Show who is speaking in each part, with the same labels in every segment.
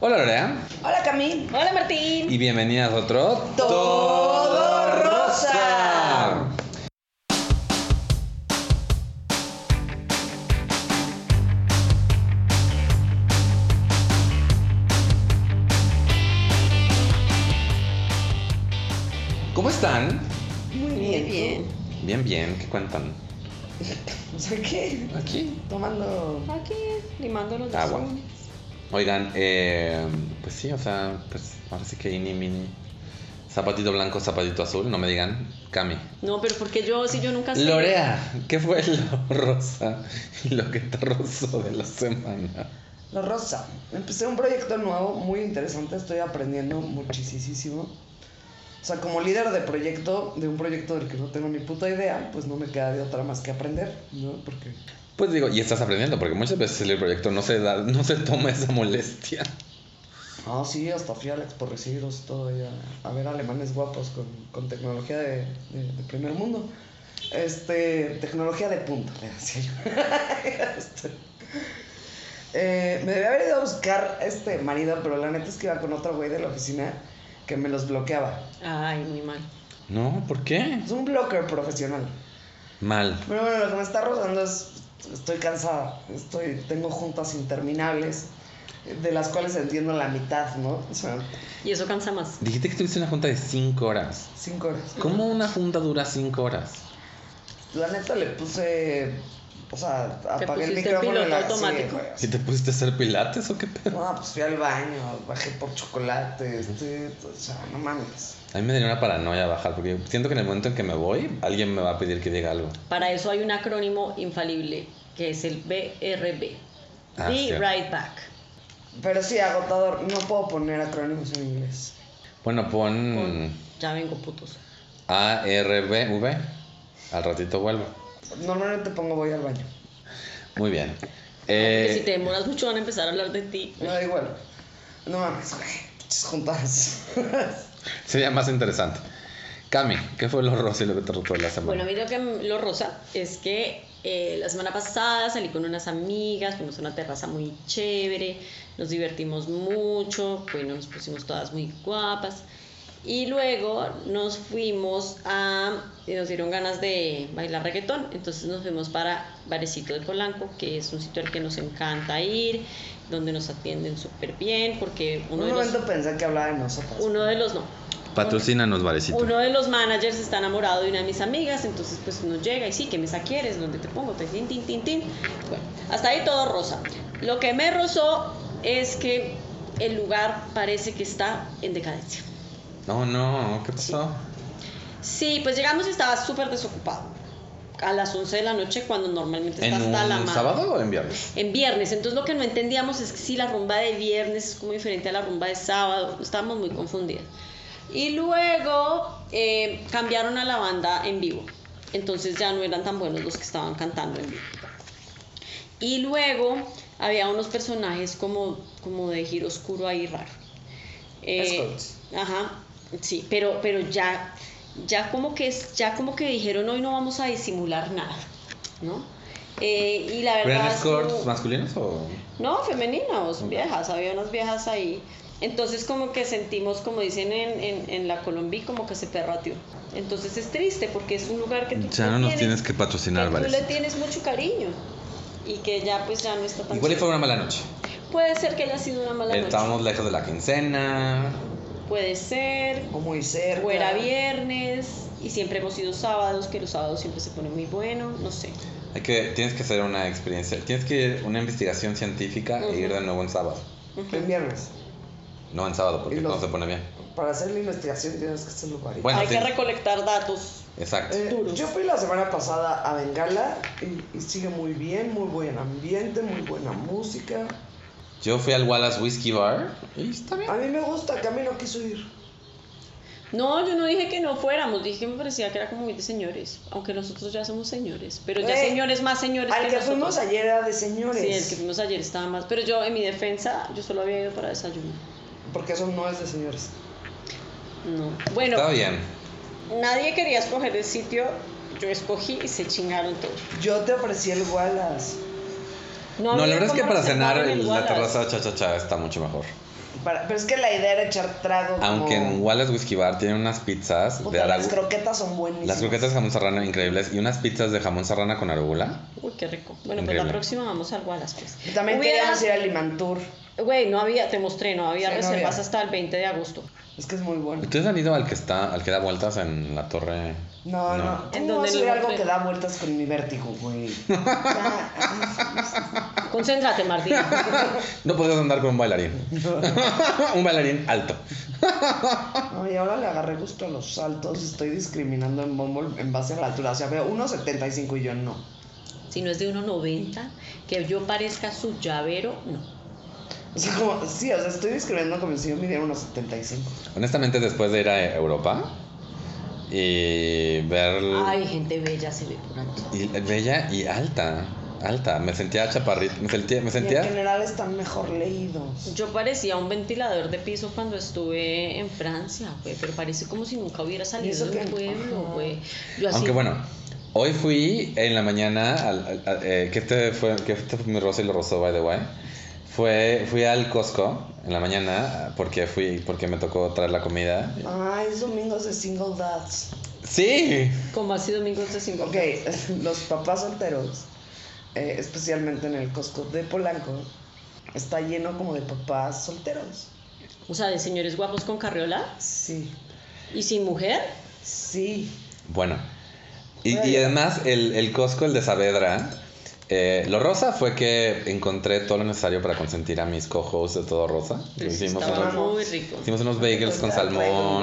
Speaker 1: Hola Lorea
Speaker 2: Hola Camil.
Speaker 3: Hola Martín.
Speaker 1: y bienvenidas a otro
Speaker 2: Todo Rosa.
Speaker 1: ¿Cómo están?
Speaker 2: Muy bien.
Speaker 3: bien.
Speaker 2: ¿tú?
Speaker 1: Bien, bien, ¿qué cuentan?
Speaker 2: O sea, ¿qué?
Speaker 1: Aquí.
Speaker 2: Tomando.
Speaker 3: Aquí limando los
Speaker 1: Agua.
Speaker 3: dedos.
Speaker 1: Oigan, eh, pues sí, o sea, pues ahora sí que ini mini. Zapatito blanco, zapatito azul, no me digan, Cami.
Speaker 3: No, pero porque yo, si yo nunca sé.
Speaker 1: Lorea, ¿qué fue lo rosa y lo que te rozó de la semana?
Speaker 2: Lo rosa. Empecé un proyecto nuevo, muy interesante. Estoy aprendiendo muchísimo. O sea, como líder de proyecto, de un proyecto del que no tengo ni puta idea, pues no me queda de otra más que aprender, ¿no? Porque.
Speaker 1: Pues digo, y estás aprendiendo, porque muchas veces el proyecto no se da, no se toma esa molestia.
Speaker 2: Ah, sí, hasta fui al Expo Residuos y todo, ya, a ver alemanes guapos con, con tecnología de, de- de primer mundo. Este, tecnología de punta, le decía yo. Este, eh, me debía haber ido a buscar este marido, pero la neta es que iba con otro güey de la oficina que me los bloqueaba.
Speaker 3: Ay, muy mal.
Speaker 1: No, ¿por qué?
Speaker 2: Es un blocker profesional.
Speaker 1: Mal.
Speaker 2: Pero bueno, lo que me está rozando es, estoy cansada, estoy, tengo juntas interminables, de las cuales entiendo la mitad, ¿no? O sea,
Speaker 3: Y eso cansa más.
Speaker 1: Dijiste que tuviste una junta de 5 horas.
Speaker 2: cinco horas.
Speaker 1: ¿Cómo una junta dura 5 horas?
Speaker 2: La neta le puse. O sea,
Speaker 3: Te
Speaker 2: apagué el
Speaker 3: pusiste
Speaker 2: micrófono y la
Speaker 3: piloto
Speaker 2: sí,
Speaker 3: automático.
Speaker 2: güey,
Speaker 1: ¿Y
Speaker 2: así.
Speaker 1: te pusiste a hacer pilates o qué pedo?
Speaker 2: No, pues fui al baño, bajé por chocolate, este, o sea, no mames.
Speaker 1: A mí me tenía una paranoia bajar, porque siento que en el momento en que me voy, alguien me va a pedir que diga algo.
Speaker 3: Para eso hay un acrónimo infalible, que es el BRB.
Speaker 1: Ah,
Speaker 3: Be
Speaker 1: cierto.
Speaker 3: right back.
Speaker 2: Pero sí, agotador, no puedo poner acrónimos en inglés.
Speaker 1: Bueno, pon
Speaker 3: Con- Ya vengo, putos.
Speaker 1: ARBV. Al ratito vuelvo.
Speaker 2: Normalmente pongo voy al baño.
Speaker 1: Muy bien.
Speaker 3: Porque
Speaker 1: Eh,
Speaker 3: si te demoras mucho van a empezar a hablar de ti.
Speaker 2: Me da igual. No mames, güey. Muchas juntas.
Speaker 1: Sería más interesante. Cami, ¿qué fue lo rosa y lo que te rotó de la semana?
Speaker 3: Bueno, a mí lo que m- lo rosa es que eh, la semana pasada salí con unas amigas, fuimos a una terraza muy chévere, nos divertimos mucho, bueno, nos pusimos todas muy guapas. Y luego nos fuimos a. y nos dieron ganas de bailar reggaetón. Entonces nos fuimos para Barecito de Polanco, que es un sitio al que nos encanta ir, donde nos atienden súper bien, porque uno
Speaker 2: Un
Speaker 3: de los.
Speaker 2: momento pensé que hablaba de nosotras.
Speaker 3: Uno de los no.
Speaker 1: Patrocínanos, Varecito.
Speaker 3: Uno de los managers está enamorado de una de mis amigas, entonces pues uno llega y sí, ¿qué mesa quieres? ¿Dónde te pongo? Te tin, tin, tin, tin. Bueno, hasta ahí todo rosa. Lo que me rozó es que el lugar parece que está en decadencia.
Speaker 1: No, no, ¿qué pasó?
Speaker 3: Sí, pues llegamos y estaba súper desocupado. A las 11 de la noche cuando normalmente está
Speaker 1: ¿En
Speaker 3: hasta la
Speaker 1: un
Speaker 3: madre.
Speaker 1: sábado o en viernes?
Speaker 3: En viernes, entonces lo que no entendíamos es que si la rumba de viernes es como diferente a la rumba de sábado, estábamos muy confundidas. Y luego eh, cambiaron a la banda en vivo, entonces ya no eran tan buenos los que estaban cantando en vivo. Y luego había unos personajes como, como de giro oscuro ahí raro. Eh,
Speaker 2: Escorts.
Speaker 3: ajá, sí, pero, pero ya, ya, como que, es- ya como que dijeron hoy no vamos a disimular nada, ¿no? Eh, y la verdad...
Speaker 1: ¿Eran
Speaker 3: estuvo-
Speaker 1: escorts masculinos o...?
Speaker 3: no, femeninos, viejas, había unas viejas ahí. Entonces como que sentimos, como dicen en, en, en la Colombia, como que se perrateó. Entonces es triste porque es un lugar que tú,
Speaker 1: Ya no
Speaker 3: le
Speaker 1: nos tienes que patrocinar,
Speaker 3: que tú le
Speaker 1: Varecito.
Speaker 3: tienes mucho cariño y que ya pues ya no está tan
Speaker 1: Igual y
Speaker 3: chévere.
Speaker 1: fue una mala noche.
Speaker 3: Puede ser que haya sido una mala noche.
Speaker 1: Estábamos lejos de la quincena.
Speaker 3: Puede ser,
Speaker 2: O muy cerca.
Speaker 3: o era viernes y siempre hemos sido sábados, que los sábados siempre se pone muy bueno, no sé.
Speaker 1: Hay que, tienes que hacer una experiencia, tienes que ir una investigación científica
Speaker 3: Ujú.
Speaker 1: e ir de nuevo en sábado.
Speaker 3: Ujú.
Speaker 2: En viernes.
Speaker 1: No en sábado, porque
Speaker 2: Y los-
Speaker 1: no se pone bien.
Speaker 2: Para hacer la investigación tienes que hacerlo variado.
Speaker 1: Bueno,
Speaker 3: Hay que
Speaker 1: sí.
Speaker 3: recolectar datos.
Speaker 1: Exacto.
Speaker 2: Eh,
Speaker 3: Duros.
Speaker 2: yo fui la semana pasada a Bengala y, y sigue muy bien, muy buen ambiente, muy buena música.
Speaker 1: Yo fui al Wallace Whiskey Bar y está bien.
Speaker 2: A mí me gusta, que a mí no quiso ir.
Speaker 3: No, yo no dije que no fuéramos, dije que me parecía que era como muy de señores, aunque nosotros ya somos señores, pero ya
Speaker 2: Güey,
Speaker 3: señores más señores
Speaker 2: Al que,
Speaker 3: nosotros.
Speaker 2: fuimos ayer era de señores.
Speaker 3: Sí, el que fuimos ayer estaba más, pero yo en mi defensa, yo solo había ido para desayuno.
Speaker 2: Porque eso no es de señores.
Speaker 3: No. Bueno,
Speaker 1: Está bien.
Speaker 3: nadie quería escoger el sitio, yo escogí y se chingaron todos.
Speaker 2: Yo te ofrecí el Wallace.
Speaker 1: No,
Speaker 3: había
Speaker 1: la verdad es que
Speaker 3: cómo
Speaker 1: para
Speaker 3: reservar
Speaker 1: cenar
Speaker 3: en el
Speaker 1: la
Speaker 3: Wallace.
Speaker 1: terraza cha cha cha está mucho mejor.
Speaker 2: Para- pero es que la idea era echar trago. como-
Speaker 1: Aunque en Wallace Whiskey Bar tienen unas pizzas
Speaker 2: Oh. Puta,
Speaker 1: de
Speaker 2: Las
Speaker 1: aragula.
Speaker 2: croquetas son buenísimas.
Speaker 1: Las croquetas de jamón serrano increíbles y unas pizzas de jamón serrana con arugula.
Speaker 3: Uy, qué rico. Bueno, pues
Speaker 1: Increíble.
Speaker 3: la próxima vamos al Wallace, pues.
Speaker 2: Y También
Speaker 3: Hubiera-
Speaker 2: queríamos ir al Limantur.
Speaker 3: Güey, no había, te mostré, no había
Speaker 2: Sí, no
Speaker 3: reservas
Speaker 2: había.
Speaker 3: hasta el 20 de agosto.
Speaker 2: Es que es muy bueno.
Speaker 1: ¿Ustedes han ido al que está, al que da vueltas en la torre?
Speaker 2: No, no.
Speaker 1: No.
Speaker 2: ¿Cómo
Speaker 3: En donde
Speaker 2: vas a subir
Speaker 3: lo
Speaker 2: algo
Speaker 3: mostré.
Speaker 2: que da vueltas con mi vértigo, güey? Ya, ah,
Speaker 3: Concéntrate, Martina.
Speaker 1: No podías andar con un bailarín. un bailarín alto.
Speaker 2: no, y ahora le agarré gusto a los saltos. Estoy discriminando en Bumble en base a la altura. O sea, veo 1.75 y yo no.
Speaker 3: si no es de 1.90, que yo parezca su llavero, no.
Speaker 2: O sea, como, sí, o sea, estoy discriminando como si yo midiera 1.75.
Speaker 1: Honestamente, después de ir a Europa y ver
Speaker 3: Ay, gente bella se ve por aquí.
Speaker 1: y- bella y alta, alta, me sentía chaparrita, me sentía, me
Speaker 2: Y en
Speaker 1: sentía
Speaker 2: general están mejor leídos.
Speaker 3: Yo parecía un ventilador de piso cuando estuve en Francia, güey, pero parece como si nunca hubiera
Speaker 2: Y eso
Speaker 3: salido de
Speaker 2: que-
Speaker 3: un pueblo,
Speaker 2: ajá.
Speaker 3: güey. Yo así,
Speaker 1: Aunque bueno, hoy fui en la mañana, al, al- al- eh, que este fue, que este fue mi rosa y lo rozó, by the way. Fue, fui al Costco en la mañana porque fui, porque me tocó traer la comida.
Speaker 2: Ah, es domingos de single dads.
Speaker 1: ¡Sí!
Speaker 3: como así domingos de 5.
Speaker 2: Ok, los papás solteros, eh, especialmente en el Costco de Polanco, está lleno como de papás solteros.
Speaker 3: O sea, de señores guapos con carriola
Speaker 2: Sí,
Speaker 3: y sin mujer.
Speaker 2: sí.
Speaker 1: Bueno. Y, y además, el, el Costco, el de Saavedra, eh, lo rosa fue que encontré todo lo necesario para consentir a mis co-hosts de todo rosa.
Speaker 3: Pues,
Speaker 1: Hicimos
Speaker 3: estaba
Speaker 1: unos,
Speaker 3: muy rico.
Speaker 1: hicimos unos bagels con
Speaker 2: Pues, ya,
Speaker 1: salmón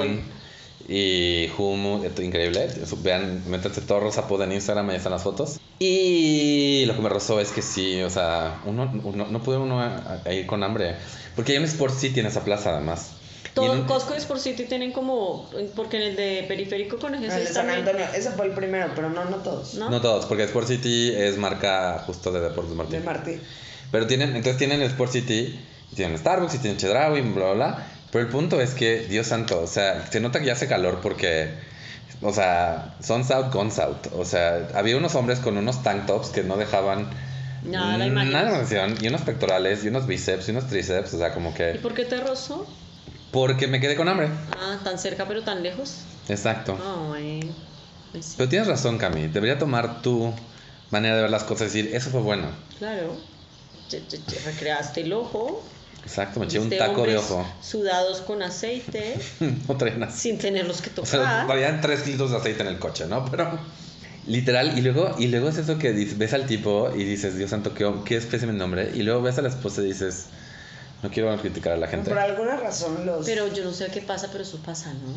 Speaker 2: güey.
Speaker 1: y hummus, esto increíble. Eso, Vean, métanse todo rosa pod en Instagram, ahí están las fotos. Y lo que me rozó es que sí, o sea, uno, uno- no puede uno a- a ir con hambre. Porque hay un Sport City en esa plaza, además. Y
Speaker 3: Todo
Speaker 1: en
Speaker 3: en
Speaker 1: un-
Speaker 3: Costco y Sport City tienen como, porque en el de Periférico con
Speaker 2: Ah, El de
Speaker 3: ejercicio
Speaker 2: San
Speaker 3: también.
Speaker 2: Antonio, ese fue el primero, pero no, no todos.
Speaker 3: ¿No?
Speaker 1: No todos, porque Sport City es marca justo de Deportes
Speaker 2: De
Speaker 1: Martín.
Speaker 2: Martí.
Speaker 1: Pero tienen, entonces tienen el Sport City, y tienen Starbucks y tienen Chedraui, bla, bla, bla. Pero el punto es que, Dios santo, o sea, se nota que ya hace calor porque, o sea, son south con south. O sea, había unos hombres con unos tank tops que no dejaban
Speaker 3: Nada,
Speaker 1: nada
Speaker 3: imagínate.
Speaker 1: de mención, y unos pectorales, y unos bíceps, y unos tríceps, o sea, como
Speaker 3: ¿Y
Speaker 1: que...
Speaker 3: por qué te rozó?
Speaker 1: Porque me quedé con hambre.
Speaker 3: Ah, tan cerca pero tan lejos.
Speaker 1: Exacto.
Speaker 3: Ah. Ay, pues sí,
Speaker 1: Pero tienes razón, Cami, debería tomar tu manera de ver las cosas y decir, eso fue bueno.
Speaker 3: claro. Te- te- te recreaste el ojo.
Speaker 1: Exacto, me eché un
Speaker 3: viste
Speaker 1: taco de
Speaker 3: hombres
Speaker 1: ojo.
Speaker 3: Sudados con aceite,
Speaker 1: no traen así.
Speaker 3: sin tenerlos que
Speaker 1: O
Speaker 3: tocar.
Speaker 1: sea, habían tres litros de aceite en el coche, ¿no? Pero. Literal, y luego, y luego es eso que dices- ves al tipo y dices, Dios santo, qué, qué espécimen nombre. Y luego ves a la esposa y dices, no quiero criticar a la gente.
Speaker 2: Por alguna razón los...
Speaker 3: Pero yo no sé qué pasa, pero eso pasa, ¿no?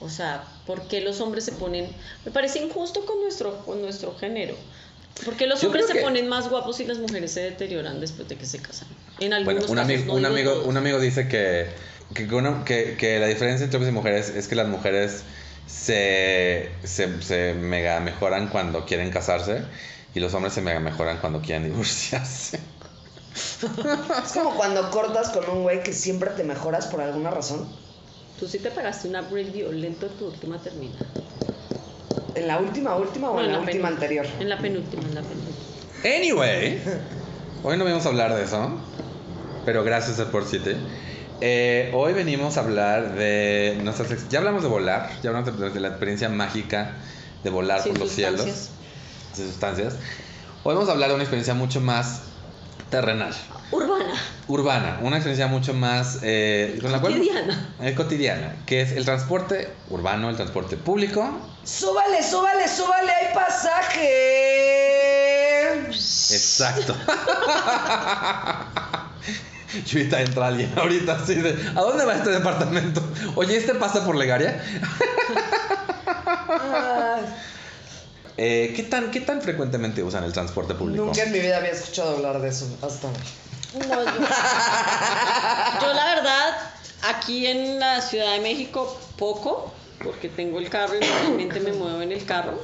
Speaker 3: O sea, ¿por qué los hombres se ponen... Me parece injusto con nuestro, con nuestro género. ¿Por qué los
Speaker 1: Yo
Speaker 3: hombres
Speaker 1: creo
Speaker 3: se
Speaker 1: que-
Speaker 3: ponen más guapos y las mujeres se deterioran después de que se casan? En
Speaker 1: Bueno,
Speaker 3: algunos
Speaker 1: un,
Speaker 3: casos,
Speaker 1: amigo,
Speaker 3: no
Speaker 1: un,
Speaker 3: digo
Speaker 1: amigo,
Speaker 3: todos.
Speaker 1: un amigo dice que, que, que uno- que- que la diferencia entre hombres y mujeres es que las mujeres se, se, se mega mejoran cuando quieren casarse y los hombres se mega mejoran cuando quieren divorciarse.
Speaker 2: Es como cuando cortas con un güey que siempre te mejoras por alguna razón.
Speaker 3: Tú sí te pagaste un upgrade violento en tu última termina.
Speaker 2: ¿En la última, última o
Speaker 3: No,
Speaker 2: en la, última
Speaker 3: penúltima.
Speaker 2: anterior?
Speaker 3: En la penúltima, en la penúltima.
Speaker 1: Anyway, hoy no vamos a hablar de eso, pero gracias a Sport City. Eh, hoy venimos a hablar de nuestras. ex- Ya hablamos de volar, ya hablamos de, de la experiencia mágica de volar
Speaker 3: Sin
Speaker 1: por los
Speaker 3: sustancias.
Speaker 1: cielos, sin sustancias. Hoy vamos a hablar de una experiencia mucho más terrenal,
Speaker 3: Urbana.
Speaker 1: urbana, una experiencia mucho más. eh, con la cual-
Speaker 3: Cotidiana.
Speaker 1: eh, cotidiana, que es el transporte urbano, el transporte público.
Speaker 2: ¡Súbale, súbale, súbale! ¡Hay pasaje!
Speaker 1: Exacto. Chuita entra alguien ahorita así de ¿A dónde va este departamento? Oye, ¿este pasa por Legaria?
Speaker 2: Ay,
Speaker 1: Eh, ¿qué, tan, ¿Qué tan frecuentemente usan el transporte público?
Speaker 2: nunca en mi vida había escuchado hablar de eso hasta ahora.
Speaker 3: No, yo, yo la verdad, aquí en la Ciudad de México, poco, porque tengo el carro y normalmente me muevo en el carro.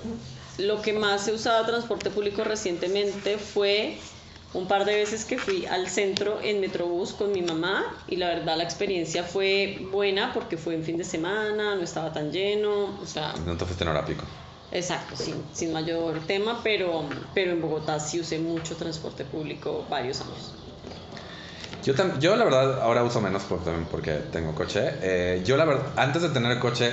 Speaker 3: Lo que más he usado transporte público recientemente fue un par de veces que fui al centro en Metrobús con mi mamá y la verdad la experiencia fue buena porque fue en fin de semana, no estaba tan lleno, o sea,
Speaker 1: No te fuiste en hora pico.
Speaker 3: Exacto, sin, sin mayor tema, pero, pero en Bogotá sí usé mucho transporte público varios años.
Speaker 1: Yo, tam- yo la verdad ahora uso menos por- también porque tengo coche. Eh, yo la verdad, antes de tener coche,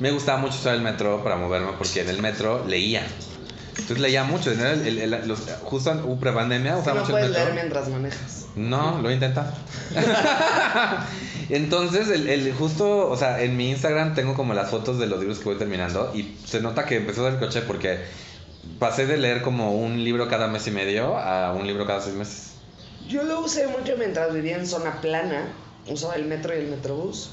Speaker 1: me gustaba mucho usar el metro para moverme porque en el metro leía. Entonces leía mucho. En el- el- el- los- justo en uh, prepandemia
Speaker 2: Es que
Speaker 1: usaba
Speaker 2: no
Speaker 1: mucho
Speaker 2: puedes
Speaker 1: el metro.
Speaker 2: leer mientras manejas.
Speaker 1: No, lo he intentado. Entonces, el, el justo, o sea, en mi Instagram tengo como las fotos de los libros que voy terminando y se nota que empezó del coche porque pasé de leer como un libro cada mes y medio a un libro cada seis meses.
Speaker 2: Yo lo usé mucho mientras vivía en zona plana, usaba el metro y el metrobús.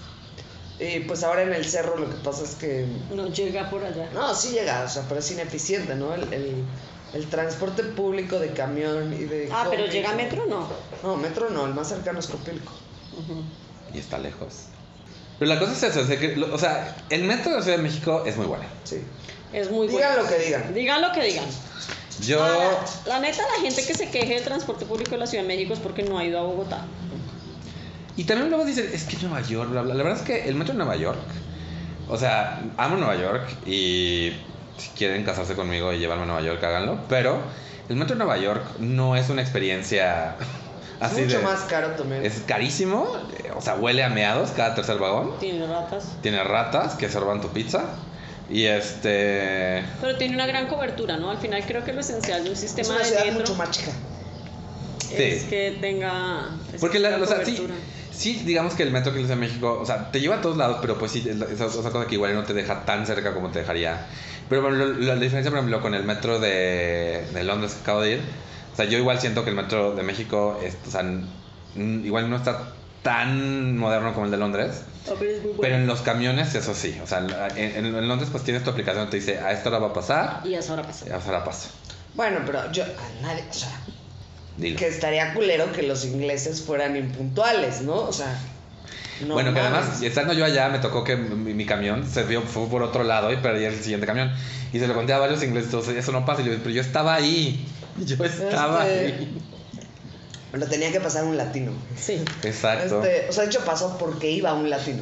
Speaker 2: Y pues ahora en el cerro lo que pasa es que...
Speaker 3: No llega por allá.
Speaker 2: No, sí llega, o sea, pero es ineficiente, ¿no? El, el- el transporte público de camión y de...
Speaker 3: Ah, pero
Speaker 2: coche.
Speaker 3: llega metro, no.
Speaker 2: No, metro no, el más cercano es Copilco.
Speaker 3: Ujú.
Speaker 1: Y está lejos. Pero la cosa es eso, es de que, lo- o sea, el metro de la Ciudad de México es muy bueno.
Speaker 2: Sí.
Speaker 3: Es muy
Speaker 2: digan
Speaker 3: bueno.
Speaker 2: lo que digan.
Speaker 3: Digan lo que digan.
Speaker 1: Yo...
Speaker 3: Ahora, la neta, la gente que se queje del transporte público de la Ciudad de México es porque no ha ido a Bogotá.
Speaker 1: Y también luego dicen, es que Nueva York, bla, bla. La verdad es que el metro de Nueva York, o sea, amo Nueva York y si quieren casarse conmigo y llevarme a Nueva York, háganlo. Pero el metro de Nueva York no es una experiencia así
Speaker 2: es mucho
Speaker 1: de-
Speaker 2: más caro también.
Speaker 1: Es carísimo, eh, o sea, huele a meados cada tercer vagón.
Speaker 3: Tiene ratas.
Speaker 1: Tiene ratas que se roban tu pizza. Y este...
Speaker 3: Pero tiene una gran cobertura, ¿no? Al final creo que lo esencial de un
Speaker 2: Es
Speaker 3: sistema
Speaker 2: una
Speaker 3: de
Speaker 2: ciudad
Speaker 3: metro
Speaker 2: mucho más chica.
Speaker 3: es
Speaker 1: Sí.
Speaker 3: que tenga. es
Speaker 1: Porque
Speaker 3: que
Speaker 1: la,
Speaker 3: tenga
Speaker 1: o sea, sí,
Speaker 3: cobertura.
Speaker 1: sí, digamos que el metro que le de México, o sea, te lleva a todos lados, pero pues sí, es la- esa es otra cosa que igual no te deja tan cerca como te dejaría. Pero bueno, lo- la diferencia, por ejemplo, con el metro de, de Londres que acabo de ir, o sea, yo igual siento que el metro de México, es, o sea, n- igual no está tan moderno como el de Londres,
Speaker 3: Ah, pero es muy
Speaker 1: pero
Speaker 3: bueno.
Speaker 1: en los camiones eso sí, o sea, en, en- en Londres pues tienes tu aplicación, te dice, a esta hora va a pasar,
Speaker 3: Y eso ahora pasa.
Speaker 1: a esta hora pasa.
Speaker 2: Bueno, pero yo a nadie, o sea,
Speaker 1: Dilo.
Speaker 2: que estaría culero que los ingleses fueran impuntuales, ¿no? O sea, no
Speaker 1: bueno, que
Speaker 2: mames.
Speaker 1: además, estando yo allá, me tocó que mi, mi camión se vio, fue por otro lado y perdí el siguiente camión. Y se lo conté a varios ingleses, entonces, eso no pasa. Y yo, pero yo estaba ahí. Yo estaba
Speaker 2: Este-
Speaker 1: ahí.
Speaker 2: Lo tenía que pasar un latino.
Speaker 3: Sí.
Speaker 1: Exacto.
Speaker 2: Este, o sea, de hecho pasó porque iba un latino.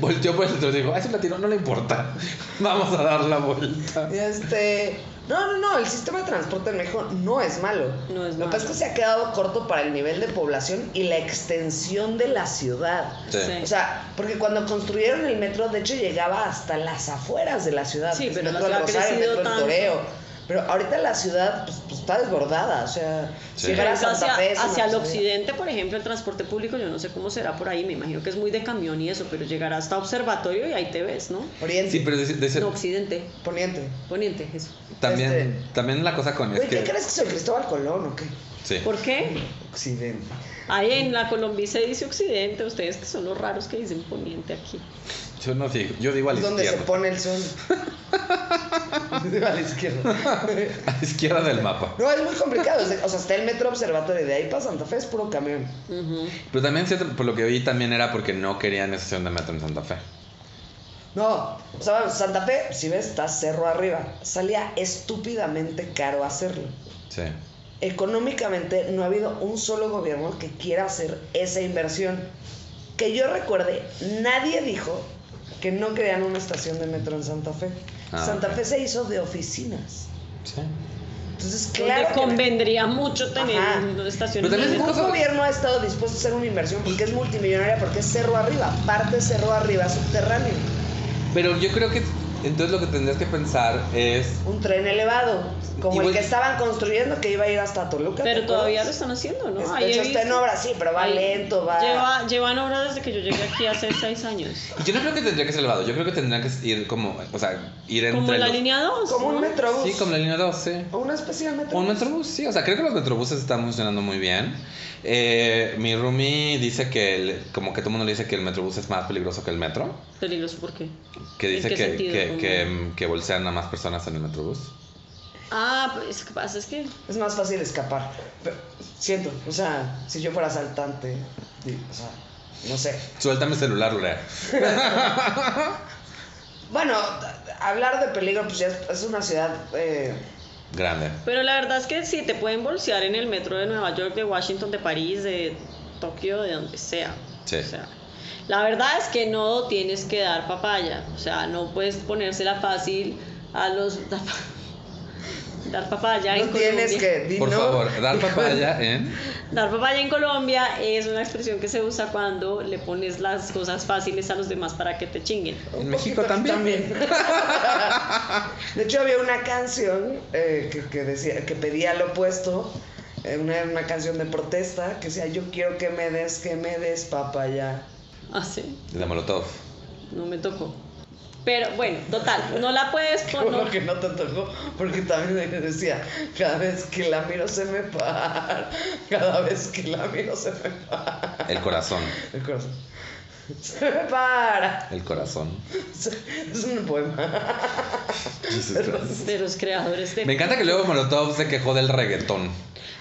Speaker 1: Volteó por el otro y dijo, a ese latino no le importa. Vamos a dar la vuelta.
Speaker 2: Y Este, no, no, no, el sistema de transporte en México no es malo.
Speaker 3: No es
Speaker 2: Lo que
Speaker 3: malo.
Speaker 2: pasa es que se ha quedado corto para el nivel de población y la extensión de la ciudad.
Speaker 1: Sí.
Speaker 3: Sí.
Speaker 2: O sea, porque cuando construyeron el metro, de hecho llegaba hasta las afueras de la ciudad.
Speaker 3: Sí,
Speaker 2: El
Speaker 3: pero la
Speaker 2: metro del
Speaker 3: ciudad ha
Speaker 2: Rosario, el
Speaker 3: crecido
Speaker 2: metro del
Speaker 3: tanto.
Speaker 2: Toreo. Pero ahorita la ciudad pues, pues, está desbordada. O sea,
Speaker 1: Sí.
Speaker 2: llegar a
Speaker 3: Pero hacia,
Speaker 2: Santa Fe es una
Speaker 3: hacia el
Speaker 2: cosa-
Speaker 3: occidente, por ejemplo, el transporte público, yo no sé cómo será por ahí, me imagino que es muy de camión y eso, pero llegará hasta observatorio y ahí te ves, ¿no?
Speaker 2: Oriente,
Speaker 1: Sí, pero de- de-
Speaker 3: No, occidente,
Speaker 2: poniente.
Speaker 3: poniente, eso.
Speaker 1: también,
Speaker 2: este-
Speaker 1: también la cosa con es
Speaker 2: Güey, ¿qué
Speaker 1: que.
Speaker 2: crees que soy Cristóbal Colón o qué?
Speaker 1: Sí.
Speaker 3: ¿Por qué?
Speaker 2: Occidente.
Speaker 3: Ahí en la Colombia se dice occidente, ustedes que son los raros que dicen poniente aquí.
Speaker 1: Yo no digo, yo digo a la
Speaker 2: Es donde se
Speaker 1: izquierda.
Speaker 2: pone el sol. a la izquierda.
Speaker 1: A la izquierda del mapa.
Speaker 2: No, es muy complicado. es de- O sea, está el metro observatorio. De ahí para Santa Fe es puro camión.
Speaker 3: Ujú.
Speaker 1: Pero también, siento- por lo que oí, también era porque no querían estación de metro en Santa Fe.
Speaker 2: No, o sea, Santa Fe, si ves, está cerro arriba. Salía estúpidamente caro hacerlo.
Speaker 1: Sí.
Speaker 2: Económicamente no ha habido un solo gobierno que quiera hacer esa inversión. Que yo recuerde, nadie dijo que no crean una estación de metro en Santa Fe.
Speaker 1: Ah,
Speaker 2: Santa
Speaker 1: ok.
Speaker 2: Fe se hizo de oficinas.
Speaker 1: Sí.
Speaker 2: Entonces,
Speaker 3: Donde
Speaker 2: claro. que-
Speaker 3: convendría mucho tener
Speaker 2: Ajá.
Speaker 3: una estación.
Speaker 1: Pero también-
Speaker 2: Ningún
Speaker 1: cosa-
Speaker 2: gobierno ha estado dispuesto a hacer una inversión porque es multimillonaria, porque es cerro arriba, parte cerro arriba subterráneo,
Speaker 1: Pero yo creo que entonces lo que tendrías que pensar es.
Speaker 2: un tren elevado, como
Speaker 1: Y
Speaker 2: el
Speaker 1: voy-
Speaker 2: que estaban construyendo que iba a ir hasta Toluca. ¿te
Speaker 3: Pero todavía lo
Speaker 2: acuerdas?
Speaker 3: están haciendo, ¿no?
Speaker 2: Es-
Speaker 3: Ahí
Speaker 2: de hecho,
Speaker 3: he
Speaker 2: está en
Speaker 3: visto.
Speaker 2: obra, sí, pero va
Speaker 3: Ahí-
Speaker 2: lento, va.
Speaker 3: Lleva, llevan obra desde que yo llegué aquí hace seis años.
Speaker 1: y Yo no creo que tendría que ser elevado, yo creo que tendría que ir como. O sea, ir entre.
Speaker 3: Como en la
Speaker 1: los-
Speaker 3: línea 2.
Speaker 2: Como un metrobús.
Speaker 1: Sí, como la línea 12.
Speaker 2: O una especie de metrobús.
Speaker 1: Un metrobús, sí, o sea, creo que los metrobuses están funcionando muy bien. Eh, mi roomie dice que, el- como que todo el mundo le dice que el metrobús es más peligroso que el metro.
Speaker 3: Peligroso, ¿por qué?
Speaker 1: Que
Speaker 3: ¿En
Speaker 1: dice
Speaker 3: qué
Speaker 1: que,
Speaker 3: sentido?
Speaker 1: que,
Speaker 3: ¿Cómo?
Speaker 1: que, mm, que bolsean a más personas en el metrobús.
Speaker 3: Ah, pues lo que pasa es que
Speaker 2: Es más fácil escapar. Pero, siento, o sea, si yo fuera asaltante, di- o sea, no sé.
Speaker 1: Suelta mi celular, Lula.
Speaker 2: Bueno, a- hablar de peligro, pues ya es, es una ciudad. eh,
Speaker 1: Grande.
Speaker 3: Pero la verdad es que sí, te pueden bolsear en el metro de Nueva York, de Washington, de París, de Tokio, de donde sea.
Speaker 1: Sí.
Speaker 3: O sea, la verdad es que no tienes que dar papaya. O sea, no puedes ponérsela fácil a los... Dar papaya en
Speaker 2: no tienes
Speaker 3: Colombia.
Speaker 2: que. di
Speaker 1: Por
Speaker 2: no.
Speaker 1: favor, dar papaya en.
Speaker 3: Dar papaya en Colombia es una expresión que se usa cuando le pones las cosas fáciles a los demás para que te chinguen.
Speaker 2: Un
Speaker 1: En México
Speaker 2: poquito aquí
Speaker 1: también.
Speaker 2: de hecho, había una canción eh, que, que decía, que pedía lo opuesto. eh, una, una canción de protesta que decía, yo quiero que me des, que me des papaya.
Speaker 3: Ah, sí,
Speaker 1: De Molotov.
Speaker 3: no me tocó. Pero bueno, total, no la puedes
Speaker 2: Qué bueno
Speaker 3: poner.
Speaker 2: que no te tocó, porque también decía, cada vez que la miro se me para, cada vez que la miro se me para.
Speaker 1: El corazón.
Speaker 2: El corazón. Se me para.
Speaker 1: El corazón.
Speaker 2: Se- Es un poema.
Speaker 1: Jesus Christ.
Speaker 3: De los creadores de.
Speaker 1: Me encanta que luego Molotov se quejó del reggaetón.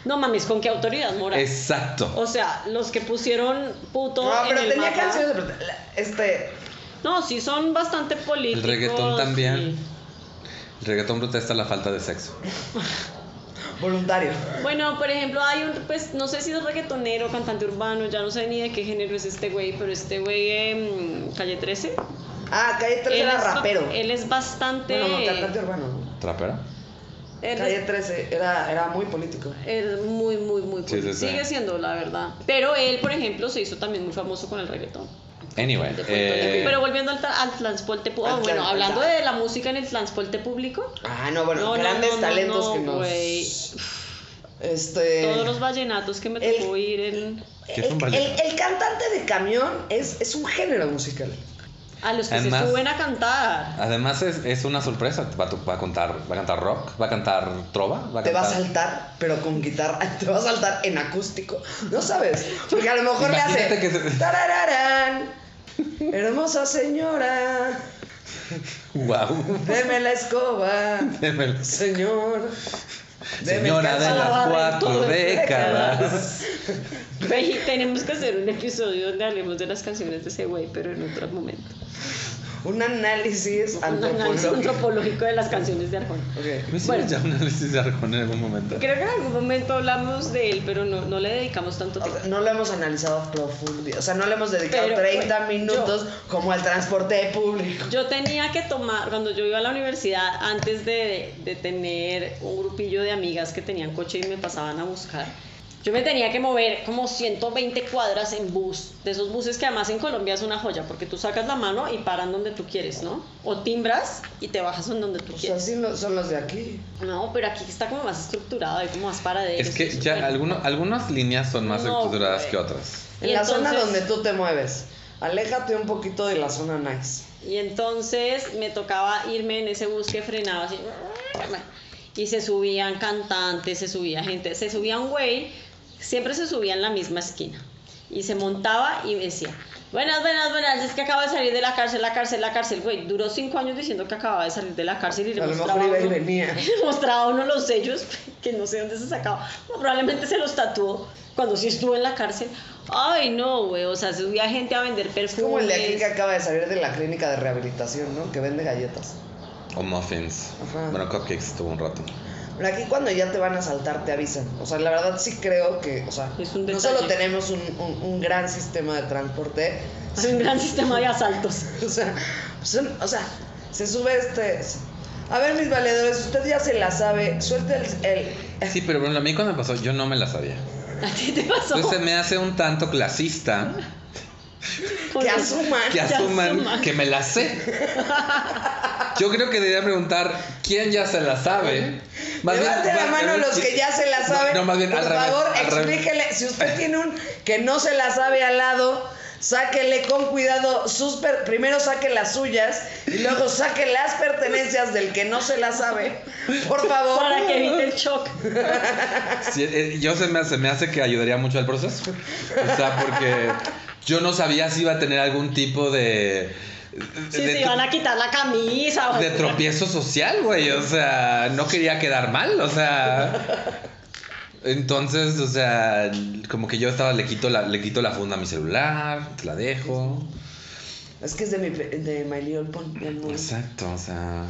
Speaker 3: No mames, ¿con qué autoridad moral?
Speaker 1: Exacto.
Speaker 3: O sea, los que pusieron puto.
Speaker 2: No, pero
Speaker 3: en el
Speaker 2: tenía
Speaker 3: mapa-
Speaker 2: canciones de protesta. La- Este,
Speaker 3: No, sí, son bastante políticos.
Speaker 1: reggaetón también.
Speaker 3: y-
Speaker 1: El reggaetón protesta la falta de sexo.
Speaker 2: voluntario.
Speaker 3: Bueno, por ejemplo, hay un, pues, no sé si es reggaetonero, cantante urbano, ya no sé ni de qué género es este güey, pero este güey en Calle 13.
Speaker 2: Ah, Calle 13 era
Speaker 3: es ba-
Speaker 2: rapero.
Speaker 3: Él es bastante...
Speaker 2: Bueno, no, cantante urbano. ¿no?
Speaker 1: ¿Trapera?
Speaker 3: él
Speaker 2: Calle
Speaker 3: es-
Speaker 2: 13 era, era muy político.
Speaker 3: es muy, muy, muy...
Speaker 1: Sí, sí, sí.
Speaker 3: Sigue siendo, la verdad. Pero él, por ejemplo, se hizo también muy famoso con el reggaetón.
Speaker 1: Anyway.
Speaker 3: de Puerto
Speaker 1: eh,
Speaker 3: Rico. Pero volviendo al, tra- al transporte público...
Speaker 2: Al
Speaker 3: bueno,
Speaker 2: tran-
Speaker 3: hablando
Speaker 2: al-
Speaker 3: de la música en el transporte público...
Speaker 2: Ah, no, bueno,
Speaker 3: No, no,
Speaker 2: grandes
Speaker 3: no, no,
Speaker 2: talentos
Speaker 3: no,
Speaker 2: que nos.
Speaker 3: güey.
Speaker 2: Este.
Speaker 3: Todos los vallenatos que me
Speaker 2: el-
Speaker 3: tocó ir en...
Speaker 1: ¿Qué es un
Speaker 2: el,
Speaker 1: vallenato?
Speaker 2: el- el cantante de camión es, es un género musical.
Speaker 3: A los que se
Speaker 1: Además-
Speaker 3: suben a cantar.
Speaker 1: Además es, es una sorpresa. Va, a to- va a contar, va a cantar rock, va a cantar trova, va a
Speaker 2: Te va a
Speaker 1: cantar-
Speaker 2: saltar, pero con guitarra. Te va a saltar en acústico. No sabes. Porque a lo mejor le
Speaker 1: Imagínate
Speaker 2: hace.
Speaker 1: que se-
Speaker 2: "Tarararán, hermosa señora.
Speaker 1: Guau.
Speaker 2: Deme la escoba. Señor. deme
Speaker 1: Señora
Speaker 2: el
Speaker 1: de
Speaker 2: calzado".
Speaker 1: las cuatro
Speaker 3: Todo es
Speaker 1: décadas.
Speaker 3: Güey, tenemos que hacer un episodio donde hablemos de las canciones de ese güey, pero en otro momento.
Speaker 2: Un análisis
Speaker 3: Un análisis
Speaker 2: antropológico.
Speaker 3: antropológico de las canciones de Arjona.
Speaker 2: Ok.
Speaker 1: ¿No hicimos
Speaker 3: Bueno.
Speaker 1: ya un análisis de Arjona en algún momento?
Speaker 3: Creo que en algún momento hablamos de él, pero no, no le dedicamos tanto tiempo.
Speaker 2: No lo hemos analizado a profundidad. O sea, no le hemos dedicado
Speaker 3: Pero,
Speaker 2: 30
Speaker 3: güey,
Speaker 2: minutos como al transporte público.
Speaker 3: Yo tenía que tomar, cuando yo iba a la universidad, antes de, de tener un grupillo de amigas que tenían coche y me pasaban a buscar, yo me tenía que mover como 120 cuadras en bus, de esos buses que además en Colombia es una joya, porque tú sacas la mano y paran donde tú quieres, ¿no? O timbras y te bajas en donde tú
Speaker 2: Pues
Speaker 3: quieres.
Speaker 2: así lo- son los de aquí.
Speaker 3: No, pero aquí está como más estructurado, hay como más paraderos.
Speaker 1: Es que
Speaker 3: y eso,
Speaker 1: ya
Speaker 3: bueno.
Speaker 1: alguno- algunas líneas son más
Speaker 3: No,
Speaker 1: estructuradas
Speaker 3: güey.
Speaker 1: que otras.
Speaker 2: En
Speaker 3: Y
Speaker 2: la zona
Speaker 3: entonces-
Speaker 2: donde tú te mueves. Aléjate un poquito de la zona nice.
Speaker 3: Y entonces me tocaba irme en ese bus que frenaba así. Y se subían cantantes, se subía gente, se subía un güey, siempre se subía en la misma esquina. Y se montaba y me decía, buenas, buenas, buenas, es que acabo de salir de la cárcel, la cárcel, la cárcel. Güey, duró cinco años diciendo que acababa de salir de la cárcel y le
Speaker 2: A lo
Speaker 3: mostraba
Speaker 2: mejor iba
Speaker 3: a
Speaker 2: y
Speaker 3: uno-
Speaker 2: venía.
Speaker 3: mostraba uno los sellos que no sé dónde se sacaba. Bueno, probablemente se los tatuó cuando sí estuvo en la cárcel. Ay, no, güey, o sea, subía gente a vender perfumes.
Speaker 2: Es como el de aquí
Speaker 3: Pues.
Speaker 2: que acaba de salir de la clínica de rehabilitación, ¿no? Que vende galletas.
Speaker 1: O muffins.
Speaker 2: Ajá.
Speaker 1: Bueno, cupcakes estuvo un rato.
Speaker 2: Pero aquí cuando ya te van a saltar te avisan. O sea, la verdad sí creo que, o sea,
Speaker 3: Es un
Speaker 2: no
Speaker 3: detalle.
Speaker 2: solo tenemos un, un- un gran sistema de transporte,
Speaker 3: Hay un gran sistema de asaltos.
Speaker 2: O sea, son- o sea, se sube este. A ver, mis valedores, usted ya se la sabe. Suelta el. el-
Speaker 1: Sí, pero bueno, a mí cuando me pasó, yo no me la sabía.
Speaker 3: ¿A ti te pasó?
Speaker 1: Entonces se me hace un tanto clasista
Speaker 3: Con
Speaker 2: que
Speaker 3: el-
Speaker 2: asuman.
Speaker 1: que
Speaker 3: Que
Speaker 1: asuman
Speaker 3: asuman.
Speaker 1: que me la sé. Yo creo que debería preguntar quién ya se la sabe.
Speaker 2: Levanten la
Speaker 1: va-
Speaker 2: mano los que ya se la
Speaker 1: No,
Speaker 2: saben.
Speaker 1: No, más bien,
Speaker 2: Por
Speaker 1: al revés,
Speaker 2: favor,
Speaker 1: al revés.
Speaker 2: explíquele. Si usted tiene un que no se la sabe al lado, sáquele con cuidado sus. per- Primero saque las suyas y luego saque las pertenencias del que no se la sabe. Por favor.
Speaker 3: Para que evite el shock.
Speaker 1: Sí, eh, yo se me, hace, me hace que ayudaría mucho al proceso. O sea, porque yo no sabía si iba a tener algún tipo de.
Speaker 3: Si
Speaker 1: de-
Speaker 3: se iban a quitar la camisa. o-
Speaker 1: de tropiezo social, güey. O sea, no quería quedar mal, o sea. Entonces, o sea, como que yo estaba, le quito la, le quito la funda a mi celular, te la dejo.
Speaker 2: Es que es de mi. pe- de My Little Pony, mi amor.
Speaker 1: Exacto, o sea.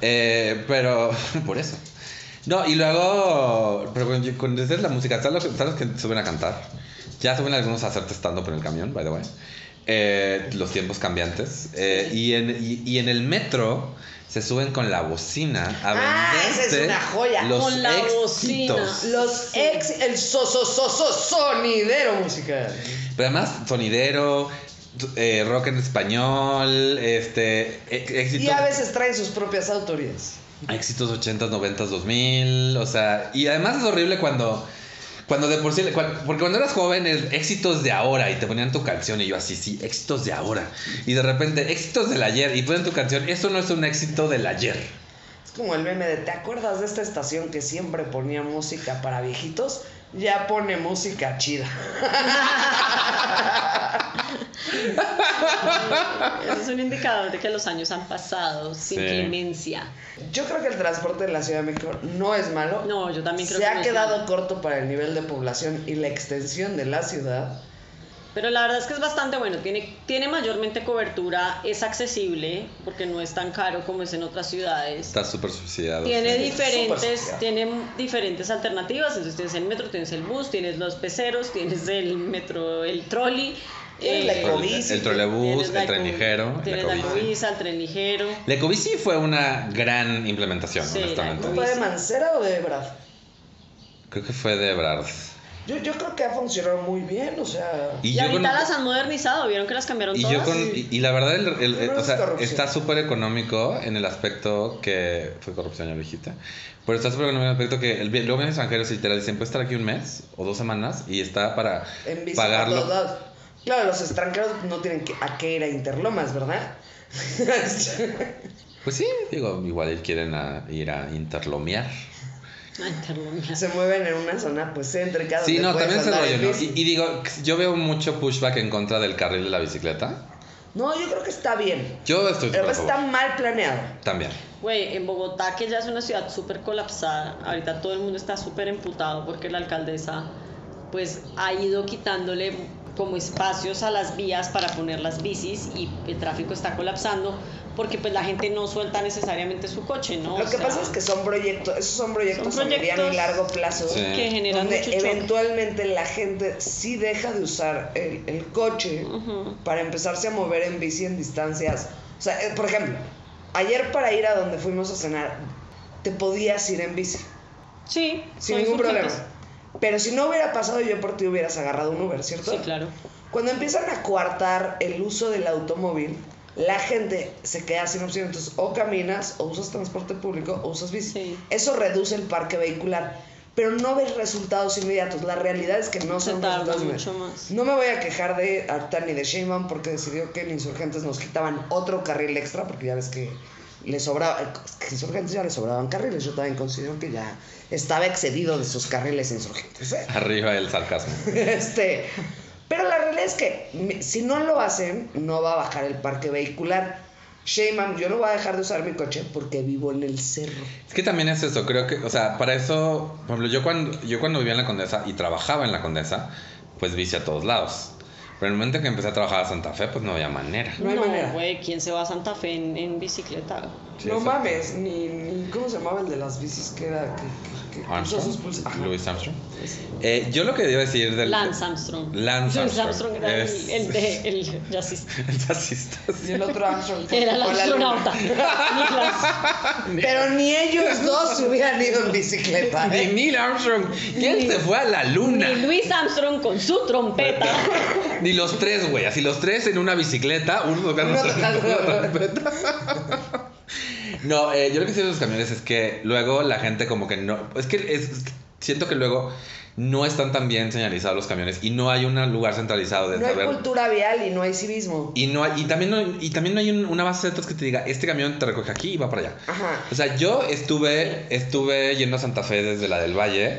Speaker 1: eh, pero, por eso. No, y luego, pero con, con esa es la música, ¿sabes los, sabes los que suben a cantar? Ya suben algunos a hacer stand-up en el camión, by the way. eh, los tiempos cambiantes. eh, y, en, y, y en el metro se suben con la bocina a
Speaker 2: Ah, esa es
Speaker 1: venderte
Speaker 2: una joya.
Speaker 1: Los
Speaker 3: Con la
Speaker 1: éxitos.
Speaker 3: bocina.
Speaker 2: Los
Speaker 3: Sí.
Speaker 2: ex, el so, so, so, so- sonidero musical.
Speaker 1: Pero además, sonidero, eh, rock en español, este, e- éxitos.
Speaker 2: Y a veces traen sus propias autorías.
Speaker 1: Éxitos 80, 90, 2000, o sea, y además es horrible cuando, cuando de por sí, cuan- porque cuando eras joven es éxitos de ahora y te ponían tu canción y yo así, sí, éxitos de ahora. Y de repente, éxitos del ayer y ponen tu canción, esto no es un éxito del ayer.
Speaker 2: Es como el meme de, ¿te acuerdas de esta estación que siempre ponía música para viejitos? Ya pone música chida.
Speaker 3: Eso es un indicador de que los años han pasado sin
Speaker 1: Sí.
Speaker 3: clemencia.
Speaker 2: Yo creo que el transporte en la Ciudad de México no es malo.
Speaker 3: No, yo también creo
Speaker 2: Se
Speaker 3: que
Speaker 2: ha
Speaker 3: no es
Speaker 2: quedado
Speaker 3: malo.
Speaker 2: corto para el nivel de población y la extensión de la ciudad.
Speaker 3: Pero la verdad es que es bastante bueno, tiene, tiene mayormente cobertura, es accesible porque no es tan caro como es en otras ciudades.
Speaker 1: Está súper subsidiado.
Speaker 3: Tiene
Speaker 1: sí.
Speaker 2: Súper
Speaker 3: diferentes,
Speaker 2: social.
Speaker 3: tiene diferentes alternativas, entonces tienes el metro, tienes el bus, tienes los peceros, tienes el metro, el trolley,
Speaker 2: Tienes la
Speaker 1: El-
Speaker 3: eh,
Speaker 1: el,
Speaker 2: Ecobici,
Speaker 1: trolebús,
Speaker 3: tienes la
Speaker 1: el tren
Speaker 3: eco-
Speaker 1: ligero, el
Speaker 3: tienes la
Speaker 1: ecobici.
Speaker 3: ecobici, el tren ligero.
Speaker 1: La ecobici fue una gran implementación,
Speaker 3: Sí, la
Speaker 1: honestamente.
Speaker 3: ecobici.
Speaker 2: ¿Fue de
Speaker 3: sí.
Speaker 2: Mancera o de Brad?
Speaker 1: Creo que fue de Ebrard.
Speaker 2: Yo, yo creo que ha funcionado muy bien, o sea...
Speaker 1: Y
Speaker 3: Y,
Speaker 1: yo
Speaker 3: ahorita
Speaker 1: conozco-
Speaker 3: las han modernizado, vieron que las cambiaron
Speaker 1: Y,
Speaker 3: todas.
Speaker 2: Ah,
Speaker 1: yo con, y, y la verdad, el- el- el-
Speaker 2: Pero
Speaker 1: o
Speaker 2: es
Speaker 1: sea,
Speaker 2: corrupción.
Speaker 1: está súper económico en el aspecto que. Fue corrupción, ya lo dijiste. Pero está súper económico en el aspecto que el, bien- luego vienen extranjeros y literal dicen: Puedes estar aquí un mes o dos semanas y está para
Speaker 2: en bici
Speaker 1: pagarlo.
Speaker 2: por todos lados. Claro, los extranjeros no tienen que, a qué ir a Interlomas, ¿verdad?
Speaker 1: Pues sí, digo, igual quieren a- ir a interlomear.
Speaker 3: Ay, Carlos,
Speaker 2: se mueven en una zona pues céntrica donde
Speaker 1: Sí, no,
Speaker 2: puedes
Speaker 1: también se
Speaker 2: andar
Speaker 1: rollo,
Speaker 2: en
Speaker 1: ¿no?
Speaker 2: bici.
Speaker 1: Y, y digo, yo veo mucho pushback en contra del carril de la bicicleta.
Speaker 2: No, yo creo que está bien.
Speaker 1: Yo estoy
Speaker 2: Pero
Speaker 1: súper a
Speaker 2: está
Speaker 1: Pues, favor.
Speaker 2: mal planeado.
Speaker 1: También.
Speaker 3: Güey, en Bogotá, que ya es una ciudad súper colapsada, ahorita todo el mundo está súper emputado porque la alcaldesa pues ha ido quitándole como espacios a las vías para poner las bicis y el tráfico está colapsando porque pues la gente no suelta necesariamente su coche, ¿no?
Speaker 2: Lo
Speaker 3: O
Speaker 2: que
Speaker 3: sea,
Speaker 2: pasa es que son proyectos, esos son proyectos,
Speaker 3: Son
Speaker 2: a mediano y
Speaker 3: proyectos
Speaker 2: largo plazo.
Speaker 1: Sí.
Speaker 3: que generan
Speaker 2: Donde
Speaker 3: mucho choque.
Speaker 2: eventualmente la gente sí deja de usar el, el coche
Speaker 3: Ujú.
Speaker 2: para empezarse a mover en bici en distancias. O sea, eh, por ejemplo, ayer para ir a donde fuimos a cenar, te podías ir en bici.
Speaker 3: Sí,
Speaker 2: Sin
Speaker 3: son
Speaker 2: ningún problema.
Speaker 3: circuitos.
Speaker 2: Pero si no hubiera pasado yo por ti hubieras agarrado un Uber, ¿cierto?
Speaker 3: Sí, claro.
Speaker 2: Cuando empiezan a coartar el uso del automóvil, la gente se queda sin opción. Entonces, o caminas, o usas transporte público, o usas bici.
Speaker 3: Sí.
Speaker 2: Eso reduce el parque vehicular. Pero no ves resultados inmediatos. La realidad es que no
Speaker 3: Se
Speaker 2: son
Speaker 3: tarda
Speaker 2: resultados inmediatos.
Speaker 3: mucho más.
Speaker 2: No me voy a quejar de Arta ni de Sheinbaum porque decidió que en Insurgentes nos quitaban otro carril extra porque ya ves que le sobraba, eh, es que Insurgentes ya le sobraban carriles. Yo también considero que ya estaba excedido de sus carriles Insurgentes. ¿eh?
Speaker 1: Arriba el sarcasmo.
Speaker 2: Este, pero la realidad es que mi- si no lo hacen, no va a bajar el parque vehicular. Sheyman, yo no voy a dejar de usar mi coche porque vivo en el cerro.
Speaker 1: Es que también es eso, creo que, o sea, para eso, por ejemplo, yo cuando, yo cuando vivía en la Condesa y trabajaba en la Condesa, pues bici a todos lados. Pero en el momento que empecé a trabajar a Santa Fe, pues no había manera.
Speaker 2: No hay manera.
Speaker 3: güey, ¿quién se va a Santa Fe en, en bicicleta?
Speaker 1: Sí,
Speaker 2: no
Speaker 1: exacto.
Speaker 2: mames, ni, ni- ¿Cómo se llamaba el de las bicis que era? Que, que- que usó
Speaker 1: Armstrong,
Speaker 2: sus pulsa- Ajá. Pues
Speaker 1: Louis Armstrong. Eh, yo lo que debo decir del...
Speaker 3: Lance Armstrong.
Speaker 1: Lance
Speaker 3: Louis
Speaker 1: Armstrong
Speaker 3: era el-
Speaker 1: es-
Speaker 3: el, de, el jazzista.
Speaker 1: El taxista.
Speaker 2: Y el otro Armstrong. fue
Speaker 3: Era el
Speaker 2: con la luna.
Speaker 3: astronauta. Nicolás.
Speaker 2: Pero ni ellos dos se hubieran ido en bicicleta.
Speaker 1: Ni
Speaker 2: ¿eh?
Speaker 1: Neil Armstrong. ¿Quién se fue a la luna?
Speaker 3: Ni Luis Armstrong con su trompeta.
Speaker 1: Ni los tres, güey. Así los tres en una bicicleta, uno tocando
Speaker 2: Uno tocando.
Speaker 1: la trompeta. No, eh, yo lo que siento de los camiones es que luego la gente como que no... Es que es- es que siento que luego no están tan bien señalizados los camiones y no hay un lugar centralizado de
Speaker 2: No hay
Speaker 1: saber...
Speaker 2: cultura vial y no hay civismo.
Speaker 1: Y, no hay- y también no, y también no hay un- una base de datos que te diga, este camión te recoge aquí y va para allá.
Speaker 2: Ajá.
Speaker 1: O sea, yo estuve, estuve yendo a Santa Fe desde la del Valle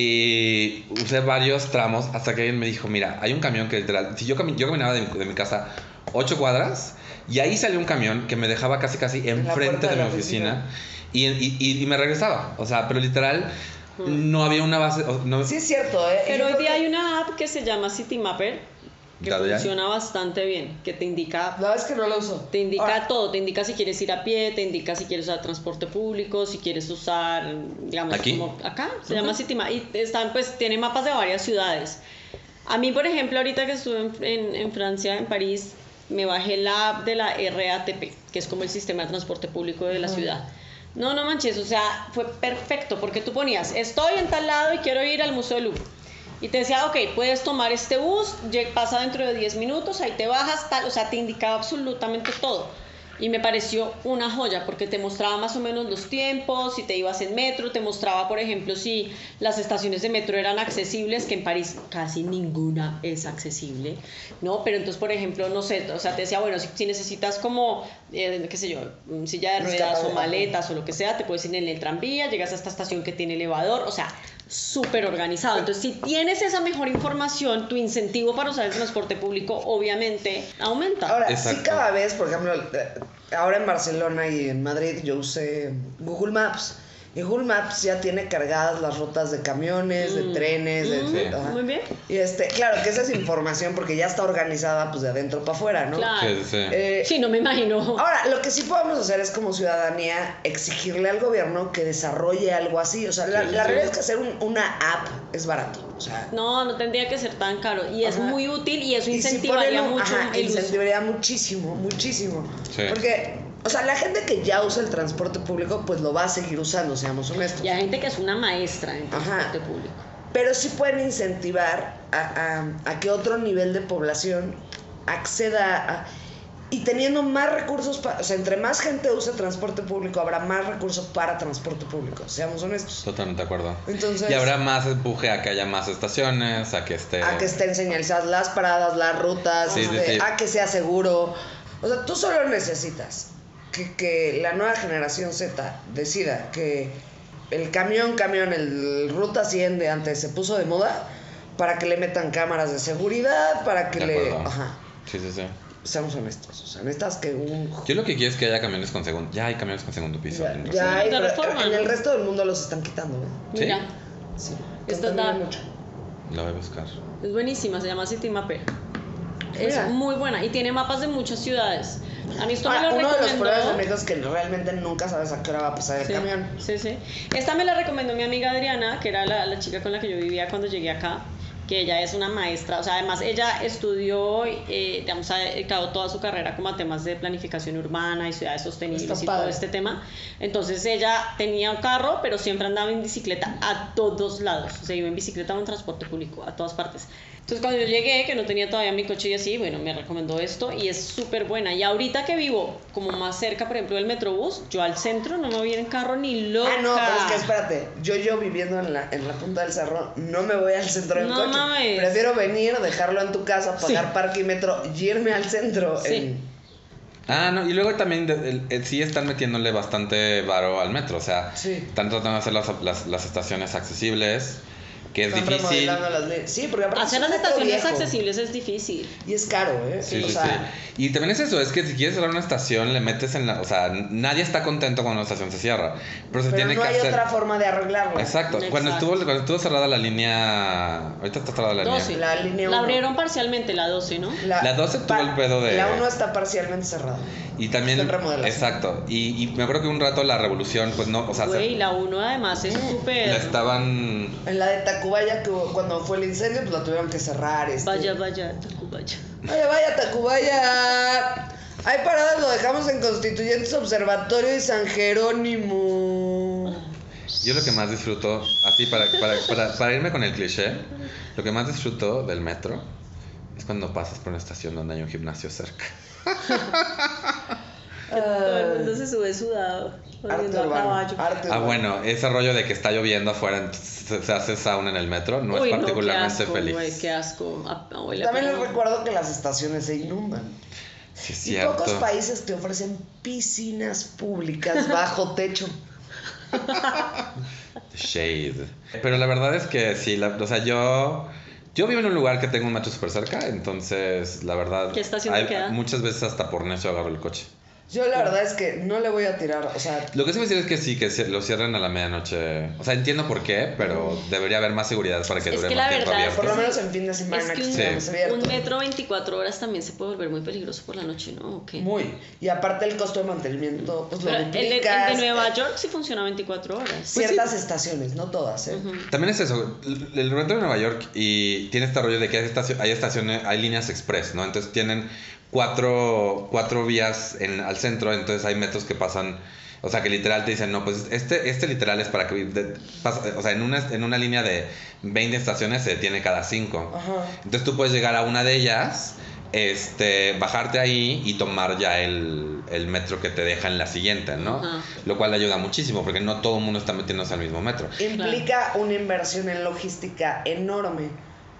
Speaker 1: y usé varios tramos hasta que alguien me dijo, mira, hay un camión que literal, si yo, cami- yo caminaba de mi, de mi casa ocho cuadras y ahí salió un camión que me dejaba casi casi
Speaker 2: la
Speaker 1: enfrente
Speaker 2: puerta
Speaker 1: de
Speaker 2: de
Speaker 1: mi
Speaker 2: la
Speaker 1: oficina y, y- y- y me regresaba. O sea, pero literal no había una base... o- No,
Speaker 2: Sí es cierto, ¿eh?
Speaker 3: Pero
Speaker 2: Yo
Speaker 3: hoy
Speaker 2: creo
Speaker 3: día
Speaker 2: que-
Speaker 3: hay una app que se llama City Mapper que
Speaker 1: ¿Ya lo ya?
Speaker 3: funciona bastante bien, que te indica
Speaker 2: La verdad es que no lo uso.
Speaker 3: te indica
Speaker 2: Ahora,
Speaker 3: todo, te indica si quieres ir a pie, te indica si quieres usar transporte público, si quieres usar, digamos,
Speaker 1: ¿Aquí?
Speaker 3: como acá, se llama City Map, y están, pues, tiene mapas de varias ciudades. A mí, por ejemplo, ahorita que estuve en, en- en Francia, en París, me bajé la app de la RATP, que es como el sistema de transporte público de la ciudad. No, no manches, o sea, fue perfecto, porque tú ponías, estoy en tal lado y quiero ir al Museo del Louvre. Y te decía, ok, puedes tomar este bus, lle- pasa dentro de 10 minutos, ahí te bajas, tal, o sea, te indicaba absolutamente todo. Y me pareció una joya porque te mostraba más o menos los tiempos, si te ibas en metro, te mostraba, por ejemplo, si las estaciones de metro eran accesibles, que en París casi ninguna es accesible, ¿no? Pero entonces, por ejemplo, no sé, o sea, te decía, bueno, si, si necesitas como, eh, qué sé yo, mm, silla de ruedas o
Speaker 2: Escapable.
Speaker 3: maletas o lo que sea, te puedes ir en el tranvía, llegas a esta estación que tiene elevador, o sea, súper organizado. Entonces, si tienes esa mejor información, tu incentivo para usar el transporte público obviamente aumenta.
Speaker 2: Ahora,
Speaker 1: Exacto.
Speaker 2: sí cada vez, por ejemplo, eh, ahora en Barcelona y en Madrid yo usé Google Maps. Y Google Maps ya tiene cargadas las rutas de camiones, de
Speaker 3: Mm.
Speaker 2: trenes, de...
Speaker 1: Sí.
Speaker 2: ajá.
Speaker 3: Muy bien.
Speaker 2: Y este, claro, que esa es información porque ya está organizada pues de adentro para afuera, ¿no?
Speaker 3: Claro.
Speaker 1: Sí, sí, sí.
Speaker 2: Eh,
Speaker 3: Sí, no me imagino.
Speaker 2: Ahora, lo que sí podemos hacer es como ciudadanía exigirle al gobierno que desarrolle algo así. O sea, la,
Speaker 1: Sí, sí,
Speaker 2: la
Speaker 1: sí.
Speaker 2: realidad es que hacer un- una app es barato. O sea,
Speaker 3: No, no tendría que ser tan caro. Y es
Speaker 2: Ajá.
Speaker 3: muy útil y eso
Speaker 2: Y si
Speaker 3: incentivaría
Speaker 2: ponen un-
Speaker 3: mucho
Speaker 2: ajá,
Speaker 3: el uso.
Speaker 2: incentivaría muchísimo, muchísimo.
Speaker 1: Sí.
Speaker 2: Porque, o sea, la gente que ya usa el transporte público, pues lo va a seguir usando, seamos honestos.
Speaker 3: Y hay gente que es una maestra en transporte
Speaker 2: Ajá.
Speaker 3: público.
Speaker 2: Pero sí pueden incentivar a, a- a que otro nivel de población acceda a- y teniendo más recursos, pa- o sea, entre más gente use transporte público, habrá más recursos para transporte público, seamos honestos.
Speaker 1: Totalmente de acuerdo.
Speaker 2: Entonces-
Speaker 1: y habrá más empuje a que haya más estaciones, a que esté.
Speaker 2: A que estén señalizadas las paradas, las rutas,
Speaker 1: Sí, sí,
Speaker 2: este,
Speaker 1: sí.
Speaker 2: a que sea seguro. O sea, tú solo necesitas que, que la nueva generación Z decida que el camión, camión, el ruta 100 de antes se puso de moda para que le metan cámaras de seguridad, para que
Speaker 1: De
Speaker 2: le...
Speaker 1: acuerdo.
Speaker 2: Ajá,
Speaker 1: Sí, sí, sí.
Speaker 2: seamos honestos. O sea, necesitas que un...
Speaker 1: Yo lo que quiero es que haya camiones con segundo. Ya hay camiones con segundo piso.
Speaker 2: Ya,
Speaker 1: en
Speaker 2: ya hay,
Speaker 3: De
Speaker 2: pero
Speaker 3: reforma,
Speaker 2: en el
Speaker 3: ¿no?
Speaker 2: resto del mundo los están quitando. ¿eh?
Speaker 1: ¿Sí?
Speaker 3: Mira,
Speaker 2: Sí.
Speaker 3: Esto
Speaker 2: contaminan
Speaker 3: da-
Speaker 2: mucho.
Speaker 1: La voy a buscar.
Speaker 3: es buenísima, se llama City Mapper.
Speaker 2: Mira.
Speaker 3: Es muy buena y tiene mapas de muchas ciudades. A mí esto me
Speaker 2: Ahora,
Speaker 3: lo
Speaker 2: Ah, uno de los
Speaker 3: recomendó.
Speaker 2: problemas de México es que realmente nunca sabes a qué hora va a pasar el
Speaker 3: Sí,
Speaker 2: camión.
Speaker 3: Sí, sí. Esta me la recomendó mi amiga Adriana, que era la, la chica con la que yo vivía cuando llegué acá, que ella es una maestra. O sea, además ella estudió, eh, digamos, ha dedicado toda su carrera como a temas de planificación urbana y ciudades sostenibles
Speaker 2: Está
Speaker 3: y todo
Speaker 2: padre.
Speaker 3: este tema. Entonces ella tenía un carro, pero siempre andaba en bicicleta a todos lados. O sea, iba en bicicleta o en transporte público, a todas partes. Entonces cuando yo llegué, que no tenía todavía mi coche y así, bueno, me recomendó esto y es súper buena. Y ahorita que vivo como más cerca, por ejemplo, del Metrobús, yo al centro no me voy a ir en carro ni loca.
Speaker 2: Ah, no, pero es que espérate. Yo, yo viviendo en la, en la punta del cerro, no me voy al centro en
Speaker 3: No
Speaker 2: coche.
Speaker 3: mames.
Speaker 2: Prefiero venir, dejarlo en tu casa, pagar parquímetro y irme al centro.
Speaker 3: Sí.
Speaker 2: en-
Speaker 1: Ah, no, y luego también de- el- el- sí están metiéndole bastante varo al metro, o sea,
Speaker 2: Sí.
Speaker 1: están tratando de hacer las, las- las estaciones accesibles, que es
Speaker 2: están
Speaker 1: difícil.
Speaker 2: remodelando las líneas. Sí, porque aparte
Speaker 3: Hacer
Speaker 2: es
Speaker 3: las
Speaker 2: un metro
Speaker 3: estaciones
Speaker 2: viejo.
Speaker 3: accesibles es difícil.
Speaker 2: Y es caro, ¿eh?
Speaker 1: Sí,
Speaker 2: o
Speaker 1: sí,
Speaker 2: sea,
Speaker 1: sí. Y también es eso, es que si quieres cerrar una estación, le metes en la... O sea, nadie está contento cuando una estación se cierra, pero se
Speaker 2: Pero
Speaker 1: tiene
Speaker 2: no
Speaker 1: que
Speaker 2: hay
Speaker 1: hacer...
Speaker 2: otra forma de arreglarlo.
Speaker 1: Exacto. Cuando,
Speaker 3: Exacto.
Speaker 1: estuvo, cuando estuvo cerrada la línea... Ahorita está cerrada la
Speaker 3: Doce.
Speaker 1: línea.
Speaker 2: La línea
Speaker 3: La
Speaker 2: uno.
Speaker 3: abrieron parcialmente la 12, ¿no?
Speaker 1: La 12 tuvo
Speaker 2: pa-
Speaker 1: el pedo de-
Speaker 2: La 1 está parcialmente cerrada.
Speaker 1: Y también...
Speaker 2: Está en remodelación.
Speaker 1: Exacto. Y, y me acuerdo que un rato la revolución, pues no, o sea, se-
Speaker 3: Güey, la 1 además es súper...
Speaker 1: la estaban...
Speaker 2: En la de Tacubaya, que hubo- cuando fue el incendio, pues la tuvieron que cerrar. este.
Speaker 3: Vaya, vaya, Tacubaya.
Speaker 2: Vaya, vaya, Tacubaya. Hay paradas, lo dejamos en Constituyentes Observatorio y San Jerónimo.
Speaker 1: Yo lo que más disfruto, así para, para, para, para irme con el cliché, lo que más disfruto del metro es cuando pasas por una estación donde hay un gimnasio cerca.
Speaker 3: Todo el mundo se sube sudado,
Speaker 2: Arte
Speaker 3: volviendo a
Speaker 2: urbano.
Speaker 3: caballo.
Speaker 2: arte
Speaker 1: Ah,
Speaker 2: urbano.
Speaker 1: bueno, ese rollo de que está lloviendo afuera, entonces se, se hace sauna en el metro, no
Speaker 3: Uy,
Speaker 1: es particularmente
Speaker 3: qué asco,
Speaker 1: feliz.
Speaker 3: güey, qué asco. A- abuela,
Speaker 2: También les
Speaker 3: pero-
Speaker 2: recuerdo que las estaciones se inundan.
Speaker 1: Sí, es
Speaker 2: Y
Speaker 1: cierto.
Speaker 2: pocos países te ofrecen piscinas públicas bajo techo.
Speaker 1: Shade. Pero la verdad es que sí, la- o sea, yo. Yo vivo en un lugar que tengo un metro súper cerca, entonces la verdad.
Speaker 3: ¿Qué estación te
Speaker 1: hay-
Speaker 3: queda?
Speaker 1: Muchas veces hasta por necio agarro el coche.
Speaker 2: Yo la verdad es que no le voy a tirar, o sea,
Speaker 1: Lo que sí me decir es que sí, que se- lo cierren a la medianoche. O sea, entiendo por qué, pero debería haber más seguridad para que
Speaker 3: Mm. Es
Speaker 1: dure
Speaker 3: que
Speaker 1: más
Speaker 3: la
Speaker 1: tiempo
Speaker 3: verdad,
Speaker 1: abierto.
Speaker 2: por lo menos en fin de semana
Speaker 3: Es que
Speaker 2: que
Speaker 3: un,
Speaker 2: estemos
Speaker 1: Sí.
Speaker 2: abiertos.
Speaker 3: un metro 24 horas también se puede volver muy peligroso por la noche, ¿no? ¿O qué?
Speaker 2: Muy. Y aparte el costo de mantenimiento, pues
Speaker 3: Pero
Speaker 2: lo
Speaker 3: el, de- el
Speaker 2: duplicas.
Speaker 3: de Nueva Pues York sí funciona 24 horas.
Speaker 2: Ciertas estaciones, no todas, ¿eh?
Speaker 1: También es eso, el- el metro de Nueva York y tiene este rollo de que hay estaciones, hay, estaciones, hay líneas express, ¿no? Entonces tienen cuatro, cuatro vías en, al centro, entonces hay metros que pasan, o sea, que literal te dicen, no, pues este, este literal es para que, de- pasa- o sea, en una, en una línea de 20 estaciones se detiene cada cinco.
Speaker 2: Ajá.
Speaker 1: Entonces tú puedes llegar a una de ellas, este, bajarte ahí y tomar ya el, el metro que te deja en la siguiente, ¿no?
Speaker 3: Ajá.
Speaker 1: Lo cual ayuda muchísimo porque no todo el mundo está metiéndose al mismo metro.
Speaker 2: Implica una inversión en logística enorme.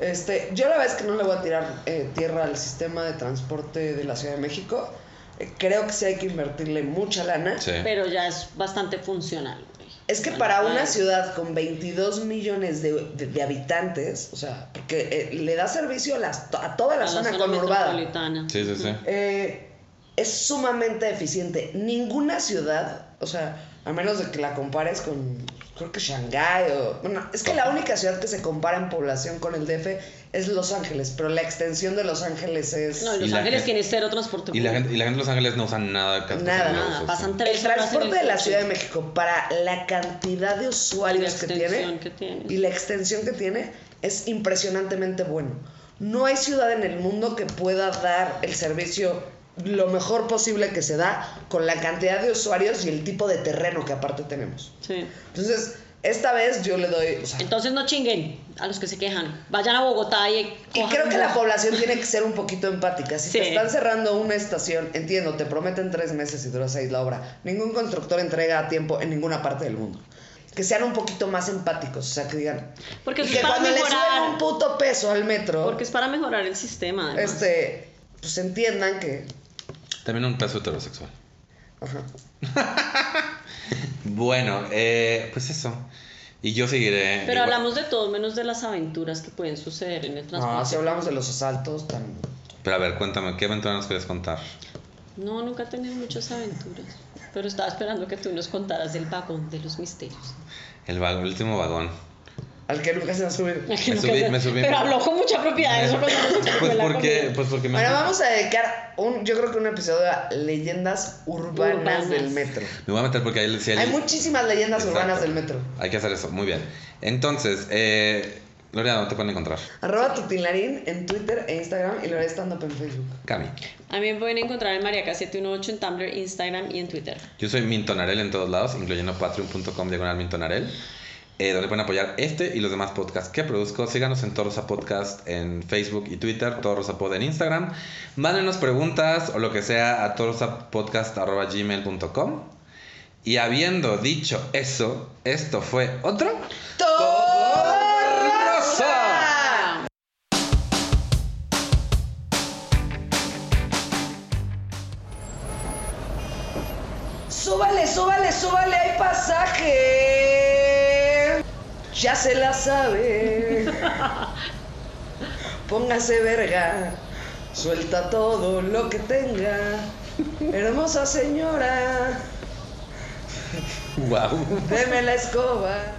Speaker 2: Este, yo la verdad es que no le voy a tirar eh, tierra al sistema de transporte de la Ciudad de México. Eh, creo que sí hay que invertirle mucha lana.
Speaker 1: Sí.
Speaker 3: Pero ya es bastante funcional. güey.
Speaker 2: Es que para una
Speaker 3: Ay.
Speaker 2: ciudad con 22 millones de, de- de habitantes, o sea, porque eh, le da servicio a, las- a toda la
Speaker 3: A
Speaker 2: zona conurbada.
Speaker 3: metropolitana.
Speaker 1: Sí, sí, sí.
Speaker 2: Eh, es sumamente eficiente. Ninguna ciudad, o sea, a menos de que la compares con, creo que Shanghái o... Bueno, es que la única ciudad que se compara en población con el DF es Los Ángeles, pero la extensión de Los Ángeles es...
Speaker 3: No,
Speaker 1: Y
Speaker 3: Los
Speaker 1: la
Speaker 3: Ángeles
Speaker 1: gente-
Speaker 3: tiene cero transporte
Speaker 1: Y la,
Speaker 3: público.
Speaker 1: gente, y la gente de Los Ángeles no usa nada de transporte
Speaker 2: Nada,
Speaker 1: público,
Speaker 3: nada,
Speaker 1: sí,
Speaker 3: pasan
Speaker 1: sí.
Speaker 2: el
Speaker 3: tres horas en
Speaker 2: transporte
Speaker 3: el
Speaker 2: de la
Speaker 3: coche.
Speaker 2: Ciudad de México para la cantidad de usuarios
Speaker 3: La
Speaker 2: que tiene,
Speaker 3: extensión que tiene.
Speaker 2: y la extensión que tiene es impresionantemente bueno. No hay ciudad en el mundo que pueda dar el servicio lo mejor posible que se da con la cantidad de usuarios y el tipo de terreno que aparte tenemos.
Speaker 3: Sí.
Speaker 2: Entonces, esta vez yo le doy... o sea,
Speaker 3: Entonces no chinguen a los que se quejan. Vayan a Bogotá y.
Speaker 2: y
Speaker 3: cojan
Speaker 2: creo que
Speaker 3: un
Speaker 2: la
Speaker 3: bus.
Speaker 2: población tiene que ser un poquito empática. Si te
Speaker 3: Sí.
Speaker 2: están cerrando una estación, entiendo, te prometen tres meses y dura seis la obra. Ningún constructor entrega a tiempo en ninguna parte del mundo. Que sean un poquito más empáticos, o sea, que digan.
Speaker 3: Porque
Speaker 2: y
Speaker 3: eso
Speaker 2: que
Speaker 3: es para
Speaker 2: cuando le suben un
Speaker 3: mejorar.
Speaker 2: puto peso al metro,
Speaker 3: Porque es para mejorar el sistema. además.
Speaker 2: este, pues entiendan que.
Speaker 1: También un peso heterosexual.
Speaker 2: Ajá.
Speaker 1: Bueno, eh, pues eso. Y yo seguiré.
Speaker 3: Pero
Speaker 1: igual-
Speaker 3: hablamos de todo menos de las aventuras que pueden suceder en el
Speaker 2: No, Ah, si
Speaker 3: transporte.
Speaker 2: hablamos de los asaltos, tan.
Speaker 1: Pero a ver, cuéntame, ¿qué aventura nos quieres contar? Ah.
Speaker 3: No, nunca he tenido muchas aventuras. Pero estaba esperando que tú nos contaras del vagón de los misterios.
Speaker 1: El, vagón, el último vagón.
Speaker 2: Al que nunca se han subido.
Speaker 1: Me subí- me subí-
Speaker 3: Pero habló con mucha propiedad de eso. cuando nos explicó
Speaker 1: Pues
Speaker 3: la
Speaker 1: porque,
Speaker 3: comida.
Speaker 1: pues porque me.
Speaker 2: Bueno, vamos a dedicar un, yo creo que un episodio a leyendas urbanas,
Speaker 3: Urbanas.
Speaker 2: del metro.
Speaker 1: Me voy a meter porque ahí sí
Speaker 2: Hay muchísimas leyendas
Speaker 1: Exacto.
Speaker 2: urbanas del metro.
Speaker 1: Hay que hacer eso, muy bien. Entonces, eh, Gloria, ¿dónde te pueden encontrar?
Speaker 2: Arroba Tutilarín en Twitter e Instagram y lo haré stand up en Facebook.
Speaker 1: Cami.
Speaker 3: A mí me pueden encontrar en Mariaca718 en Tumblr, Instagram y en Twitter.
Speaker 1: Yo soy Mintonarel en todos lados, incluyendo patreon.com diagonal Mintonarel, eh, donde pueden apoyar este y los demás podcasts que produzco. Síganos en Torosa Podcast en Facebook y Twitter, Torosa Pod en Instagram. Mándenos preguntas o lo que sea a torosapodcast.gmail.com. Y habiendo dicho eso, esto fue otro.
Speaker 2: ¡Torrosa! ¡Súbale, súbale, súbale! ¡Hay pasaje! Ya se la sabe. Póngase verga. Suelta todo lo que tenga. Hermosa señora,
Speaker 1: ¡Wow!
Speaker 2: deme la escoba.